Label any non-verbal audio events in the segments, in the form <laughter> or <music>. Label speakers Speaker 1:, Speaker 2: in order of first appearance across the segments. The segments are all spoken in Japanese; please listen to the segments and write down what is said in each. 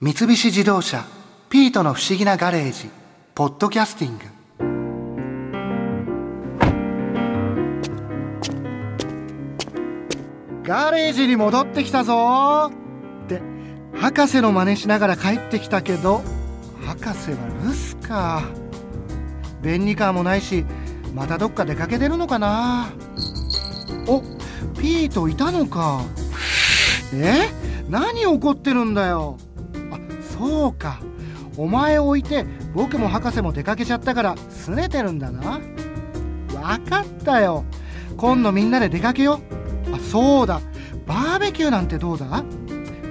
Speaker 1: 三菱自動車「ピートの不思議なガレージ」「ポッドキャスティング」ガレージに戻ってきたぞーって博士の真似しながら帰ってきたけど博士は留守か便利カーもないしまたどっか出かけてるのかなおピートいたのかえ何怒ってるんだよあそうかお前を置いて僕も博士も出かけちゃったから拗ねてるんだな分かったよ今度みんなで出かけようあそうだバーベキューなんてどうだ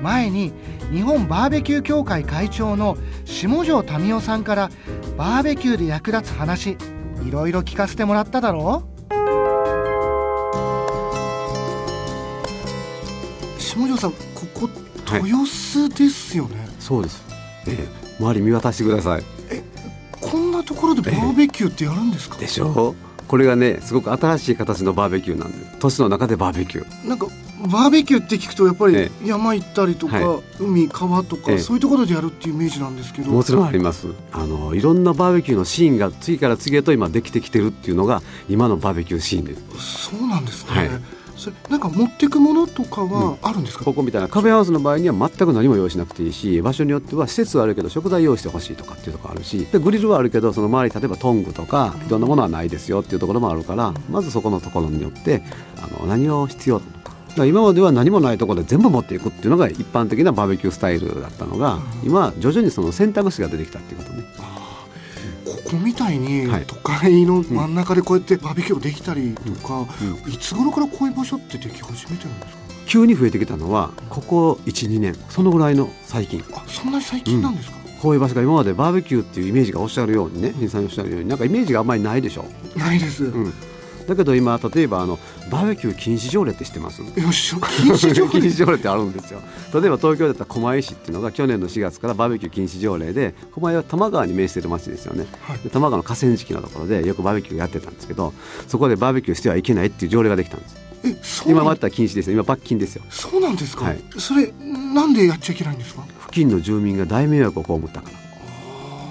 Speaker 1: 前に日本バーベキュー協会会長の下條民夫さんからバーベキューで役立つ話いろいろ聞かせてもらっただろ下條さんここ
Speaker 2: はい
Speaker 1: 豊洲ですよね、
Speaker 2: そうです、ええ、周り見渡してください
Speaker 1: こんなところでバーベキューってやるんですか、
Speaker 2: でしょうこれがねすごく新しい形のバーベキューなんです都市の中でバーベキュー
Speaker 1: なんかバーベキューって聞くとやっぱり
Speaker 2: え
Speaker 1: 山行ったりとか、
Speaker 2: は
Speaker 1: 海川とか、
Speaker 2: ええ
Speaker 1: そういうところでやるっていうイメージなんですけど
Speaker 2: もちろんありますあのいろんなバーベキューのシーンが次から次へと今できてきてるっていうのが今のバーベキューシーンです
Speaker 1: そうなんですね、
Speaker 2: はい
Speaker 1: それなんか持ってくものとかはあるんですか、
Speaker 2: ここみたいなカフェハウスの場合には全く何も用意しなくていいし場所によっては施設はあるけど食材用意してほしいとかっていうところあるしでグリルはあるけどその周り例えばトングとかいろんなものはないですよっていうところもあるからまずそこのところによってあの何を必要なのか。だから今までは何もないところで全部持っていくっていうのが一般的なバーベキュースタイルだったのが今は徐々にその選択肢が出てきたっていうことね
Speaker 1: ここみたいに
Speaker 2: はい
Speaker 1: 都会の真ん中でこうやってバーベキューできたりとか、
Speaker 2: う
Speaker 1: いつ頃からこういう場所ってでき始めてるんですか
Speaker 2: 急に増えてきたのはここ12年そのぐらいの最近
Speaker 1: あそんなに最近なんですか、
Speaker 2: こういう場所が今までバーベキューっていうイメージがおっしゃるようにね新さんおっしゃるようになんかイメージがあんまりないでしょ
Speaker 1: ないです、
Speaker 2: うん、だけど今例えばあのバーベキュー禁止条例って知って
Speaker 1: <laughs>
Speaker 2: ます禁
Speaker 1: よし禁止条
Speaker 2: 禁 <laughs>
Speaker 1: 例
Speaker 2: 止条例ってあるんですよ例えば東京だったら狛江市っていうのが去年の4月からバーベキュー禁止条例で狛江は多摩川に面してる町ですよね、
Speaker 1: はい
Speaker 2: で多摩川の河川敷のところでよくバーベキューやってたんですけどそこでバーベキューしてはいけないっていう条例ができたんです
Speaker 1: えそう
Speaker 2: 今
Speaker 1: な
Speaker 2: ま
Speaker 1: ん
Speaker 2: ったら禁止ですよ今罰金ですよ
Speaker 1: そうなんですか、
Speaker 2: はい
Speaker 1: それなんでやっちゃいけないんですか
Speaker 2: 付近の住民が大迷惑を被ったか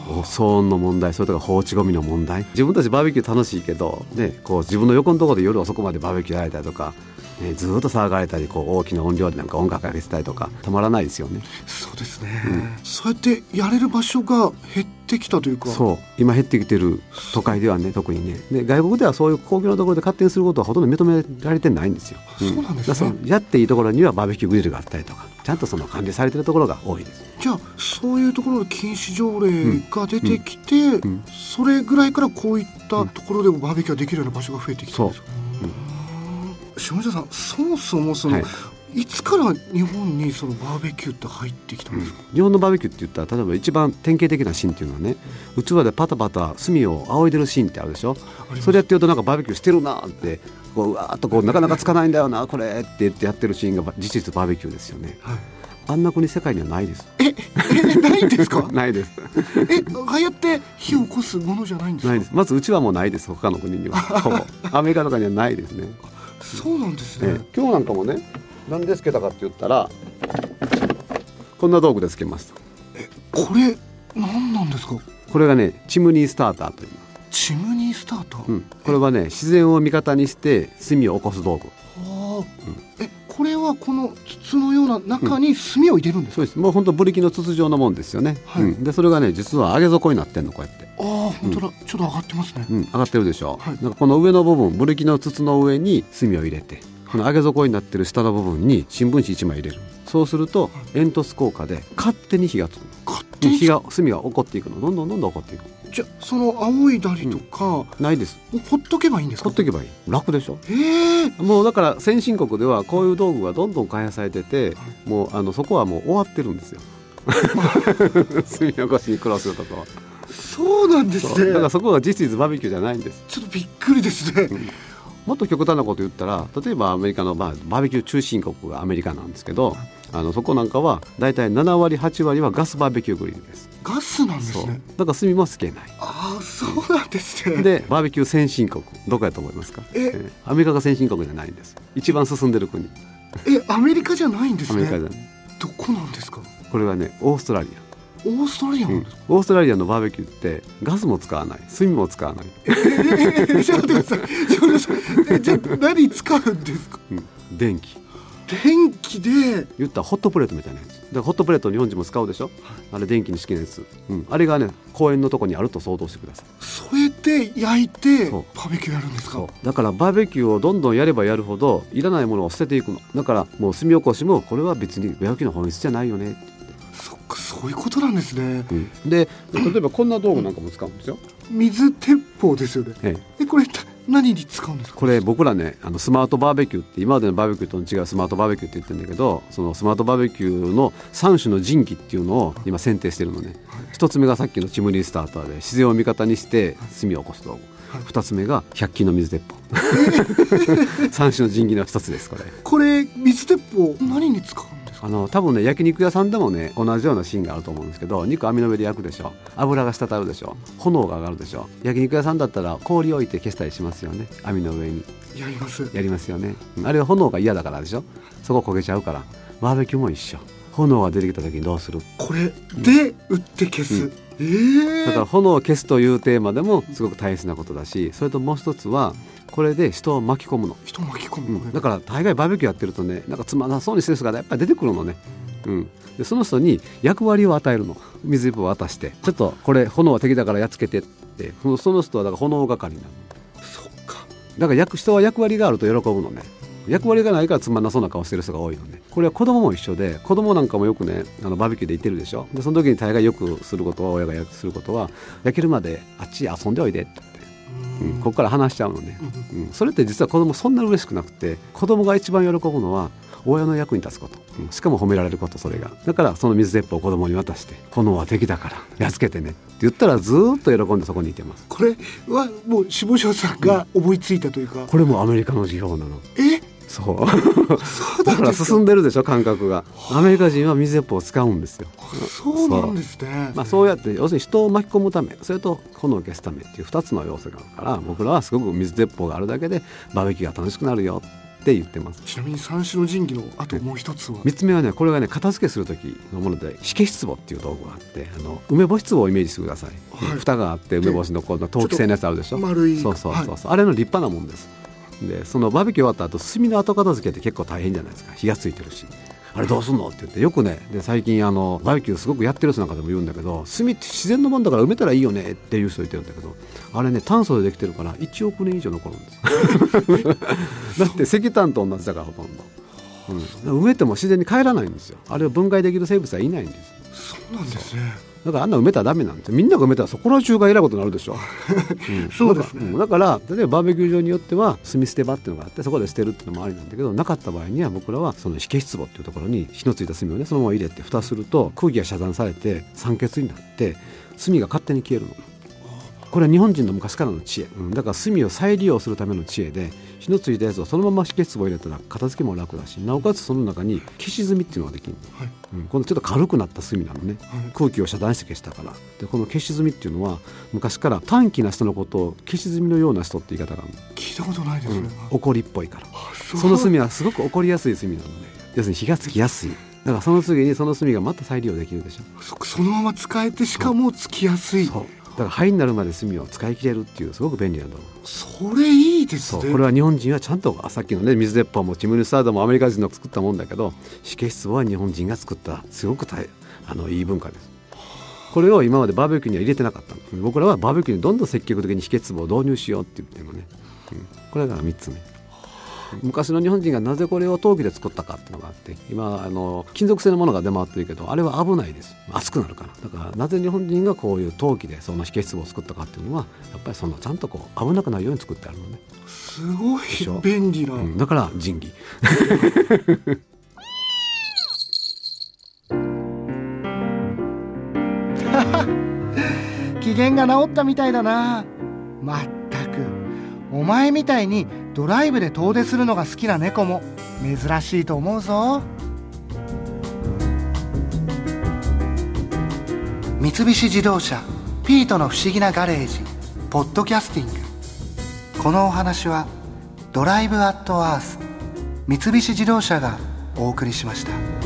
Speaker 2: らお騒音の問題それとか放置ゴミの問題自分たちバーベキュー楽しいけど、ね、こう自分の横のところで夜遅くまでバーベキューやられたりとか、ね、ずーっと騒がれたりこう大きな音量でなんか音楽かけてたりとかたまらないですよね
Speaker 1: そうですね、そうやってやれる場所が減ってきたというか
Speaker 2: そう今減ってきてる都会ではね特にねで外国ではそういう公共のところで勝手にすることはほとんど認められてないんですよ、
Speaker 1: そうなんですね
Speaker 2: だからそのやっていいところにはバーベキューグリルがあったりとかちゃんとその管理されてるところが多いです
Speaker 1: じゃあそういうところの禁止条例が出てきて、
Speaker 2: ん
Speaker 1: それぐらいからこういったところでもバーベキューができるような場所が増えてきたんですか、下田さんそもそもその、
Speaker 2: はい
Speaker 1: い、つから日本にそのバーベキューって入ってきたんですか、
Speaker 2: 日本のバーベキューって言ったら例えば一番典型的なシーンっていうのはね器でパタパタ炭を仰いでるシーンってあるでしょ
Speaker 1: ます
Speaker 2: それやってるとなんかバーベキューしてるなーってこううわーっとこうなかなかつかないんだよなこれって言ってやってるシーンが実質バーベキューですよね
Speaker 1: はい
Speaker 2: あんな国世界にはないです
Speaker 1: ええないんですか
Speaker 2: ないです
Speaker 1: えああやって火を起こすものじゃないんですか、
Speaker 2: ないですまずうちはもうないです他の国にはほぼアメリカとかにはないですね
Speaker 1: そうなんですね、
Speaker 2: ええ今日なんかもね何でつけたかって言ったらこんな道具でつけました
Speaker 1: これ何なんですか
Speaker 2: これがねチムニースターターと言います
Speaker 1: チムニースターター、
Speaker 2: うん、これはね自然を味方にして炭を起こす道具
Speaker 1: はあ、えこれはこの筒のような中に炭を入れるんですか、
Speaker 2: そうですもうほんとブリキの筒状のもんですよね、
Speaker 1: はい
Speaker 2: うん、でそれがね実は上げ底になってんのこうやって、
Speaker 1: ああ本当だ、ちょっと上がってますね、
Speaker 2: うん、上がってるでしょ、
Speaker 1: はい
Speaker 2: なんかこの上の部分ブリキの筒の上に炭を入れてこの上げ底になってる下の部分に新聞紙1枚入れるそうすると煙突効果で勝手に火がつく
Speaker 1: 勝手
Speaker 2: 火
Speaker 1: に
Speaker 2: が炭が起こっていくのどんどんどんどん起こっていく
Speaker 1: じゃその仰いだりとか、
Speaker 2: ないです
Speaker 1: ほっとけばいいんです
Speaker 2: ほ
Speaker 1: か
Speaker 2: っとけばいい楽でしょ
Speaker 1: ええ
Speaker 2: もうだから先進国ではこういう道具がどんどん開発されててもうあのそこはもう終わってるんですよ炭起こしに苦労するとこは
Speaker 1: そうなんです
Speaker 2: そうだから
Speaker 1: ね
Speaker 2: そこが実質バーベキューじゃないんです
Speaker 1: ちょっとびっくりですね、
Speaker 2: もっと極端なこと言ったら例えばアメリカの、まあ、バーベキュー中心国がアメリカなんですけどあのそこなんかは大体7割8割はガスバーベキューグリルです
Speaker 1: ガスなんです
Speaker 2: そう
Speaker 1: ね
Speaker 2: だから炭もつけない
Speaker 1: ああそうなんですね
Speaker 2: でバーベキュー先進国どこやと思いますか
Speaker 1: え
Speaker 2: ーアメリカが先進国じゃないんです一番進んでる国
Speaker 1: えアメリカじゃないんで
Speaker 2: ア
Speaker 1: す
Speaker 2: メ
Speaker 1: ね
Speaker 2: リカじゃない
Speaker 1: どこなんですか
Speaker 2: これはねオーストラリ
Speaker 1: オーストラリア
Speaker 2: ア、
Speaker 1: な
Speaker 2: うんん
Speaker 1: ですか、
Speaker 2: オーストラリアのバーベキューってガスも使わない炭も使わない、
Speaker 1: えーちょっと待ってくださいちょっと待ってくださいえじゃあ何使うんですか
Speaker 2: うん、電気
Speaker 1: 電気で
Speaker 2: 言ったらホットプレートみたいなやつだからホットプレート日本人も使うでしょ、あれ電気に好きなやつ、うん、あれがね公園のとこにあると想像してください
Speaker 1: 添えて焼いて
Speaker 2: そう
Speaker 1: バーベキューやるんですか
Speaker 2: そうだからバーベキューをどんどんやればやるほどいらないものを捨てていくのだからもう炭起こしもこれは別にバーベキューの本質じゃないよね、
Speaker 1: そっかそういうことなんですね
Speaker 2: うんで例えばこんな道具なんかも使うんですよ、
Speaker 1: 水鉄砲ですよね
Speaker 2: ええ
Speaker 1: えこれた何に使うんですか
Speaker 2: これ僕らねあのスマートバーベキューって今までのバーベキューとの違うスマートバーベキューって言ってるんだけどそのスマートバーベキューの3種の人気っていうのを今選定してるのね1つ目がさっきのチムニースターターで自然を味方にして炭を起こす道具2つ目が100均の水鉄砲3種の神器の1つですこれ
Speaker 1: これ水鉄砲何に使うんですか
Speaker 2: あの多分ね焼肉屋さんでもね同じようなシーンがあると思うんですけど肉網の上で焼くでしょ油が滴るでしょ炎が上がるでしょ焼肉屋さんだったら氷を置いて消したりしますよね網の上に
Speaker 1: やります
Speaker 2: やりますよねうんあれは炎が嫌だからでしょそこ焦げちゃうからバーベキューも一緒炎が出てきた時にどうする
Speaker 1: これで打って消す、
Speaker 2: うん
Speaker 1: ええ
Speaker 2: だから炎を消すというテーマでもすごく大切なことだしそれともう一つはこれで人を巻き込むの、
Speaker 1: 人巻き込
Speaker 2: う
Speaker 1: む、
Speaker 2: ん、だから大概バーベキューやってるとねなんかつまらなそうにしてる人がやっぱり出てくるのね、うん、でその人に役割を与えるの水一本渡してちょっとこれ炎は敵だからやっつけてってそのその人はだから炎係になる
Speaker 1: そっか
Speaker 2: だから役人は役割があると喜ぶのね役割がないからつまんなそうな顔してる人が多いのねこれは子供も一緒で子供なんかもよくねあのバーベキューで行ってるでしょでその時に大概よくすることは親がよくすることは焼けるまであっちへ遊んでおいでって
Speaker 1: う
Speaker 2: 言って、うん
Speaker 1: ん
Speaker 2: ここから話しちゃうのね
Speaker 1: う、ん
Speaker 2: うん、それって実は子供そんな嬉しくなくて子供が一番喜ぶのは親の役に立つこと、うんしかも褒められることそれがだからその水鉄砲を子供に渡して「炎は敵だからやっつけてね」って言ったらずーっと喜んでそこにいてます
Speaker 1: これはもう下條さんが思いついたというか、
Speaker 2: これもアメリカの授業な <laughs> の
Speaker 1: え
Speaker 2: そう
Speaker 1: そうな
Speaker 2: だ
Speaker 1: ん
Speaker 2: か
Speaker 1: で
Speaker 2: ら
Speaker 1: すか
Speaker 2: 進んでるでしょ感覚がアメリカ人は水鉄砲を使うんですよ、
Speaker 1: あそうなんですね
Speaker 2: まあ、そうやって要するに人を巻き込むためそれと炎を消すためっていう2つの要素があるから僕らはすごく水鉄砲があるだけでバーベキューが楽しくなるよって言ってます
Speaker 1: ちなみに三種の神器のあともう一つは
Speaker 2: 3つ目はねこれがね片付けする時のもので火消し壺っていう道具があってあの梅干し壺をイメージしてください、
Speaker 1: はい
Speaker 2: 蓋があって梅干しのこの陶器製のやつあるでしょ
Speaker 1: 丸い
Speaker 2: そうそうそうそう
Speaker 1: は、
Speaker 2: あれの立派なもんですでそのバーベキュー終わった後炭の後片付けって結構大変じゃないですか火がついてるしあれどうすんのって言ってよくねで最近あのバーベキューすごくやってる人なんかでも言うんだけど炭って自然のもんだから埋めたらいいよねっていう人いてるんだけどあれね炭素でできてるから1億年以上残るんです
Speaker 1: <laughs>
Speaker 2: だって石炭と同じだからほとんど、うん、埋めても自然に帰らないんですよあれを分解できる生物はいないんです
Speaker 1: いそうなんですね
Speaker 2: だからあんな埋めたらダメなんですよみんなが埋めたらそこら中がえらいことになるでしょ
Speaker 1: そうですね
Speaker 2: んだから例えばバーベキュー場によっては炭捨て場っていうのがあってそこで捨てるっていうのもありなんだけどなかった場合には僕らはその火消し壺っていうところに火のついた炭をねそのまま入れて蓋すると空気が遮断されて酸欠になって炭が勝手に消えるの。これは日本人の昔からの知恵、うんだから炭を再利用するための知恵で火のついたやつをそのまま火消し壺入れたら片付けも楽だしなおかつその中に消し炭っていうのができるの
Speaker 1: はい
Speaker 2: うん、このちょっと軽くなった炭なのね、
Speaker 1: はい
Speaker 2: 空気を遮断して消したからでこの消し炭っていうのは昔から短気な人のことを消し炭のような人って言い方がある
Speaker 1: 聞いたことないです
Speaker 2: の、
Speaker 1: ね、
Speaker 2: うん、怒りっぽいから
Speaker 1: あそう
Speaker 2: その炭はすごく怒りやすい炭なので要するに火がつきやすいだからその次にその炭がまた再利用できるでしょ
Speaker 1: そっかそのまま使えてしかもつきやすい
Speaker 2: そうだから灰になるまで炭を使い切れるっていうすごく便利な道具
Speaker 1: それいいです
Speaker 2: そ
Speaker 1: ね
Speaker 2: うこれは日本人はちゃんとあさっきのね水鉄砲もチムニスタードもアメリカ人の作ったもんだけど死刑室は日本人が作ったすごく大あのいい文化です。これを今までバーベキューには入れてなかったの僕らはバーベキューにどんどん積極的に秘訣を導入しようって言ってるのね、うんこれが3つ目昔の日本人がなぜこれを陶器で作ったかっていうのがあって今あの金属製のものが出回ってるけどあれは危ないです熱くなるからだからなぜ日本人がこういう陶器でその秘訣を作ったかっていうのはやっぱりそのちゃんとこう危なくないように作ってあるのね
Speaker 1: すごい
Speaker 2: しょ
Speaker 1: 便利な、
Speaker 2: うん、だから仁義
Speaker 1: 機嫌が治ったみたいだなまったくお前みたいにドライブで遠出するのが好きな猫も珍しいと思うぞ三菱自動車「ピートの不思議なガレージ」ポッドキャスティングこのお話は「ドライブ・アット・アース」三菱自動車がお送りしました。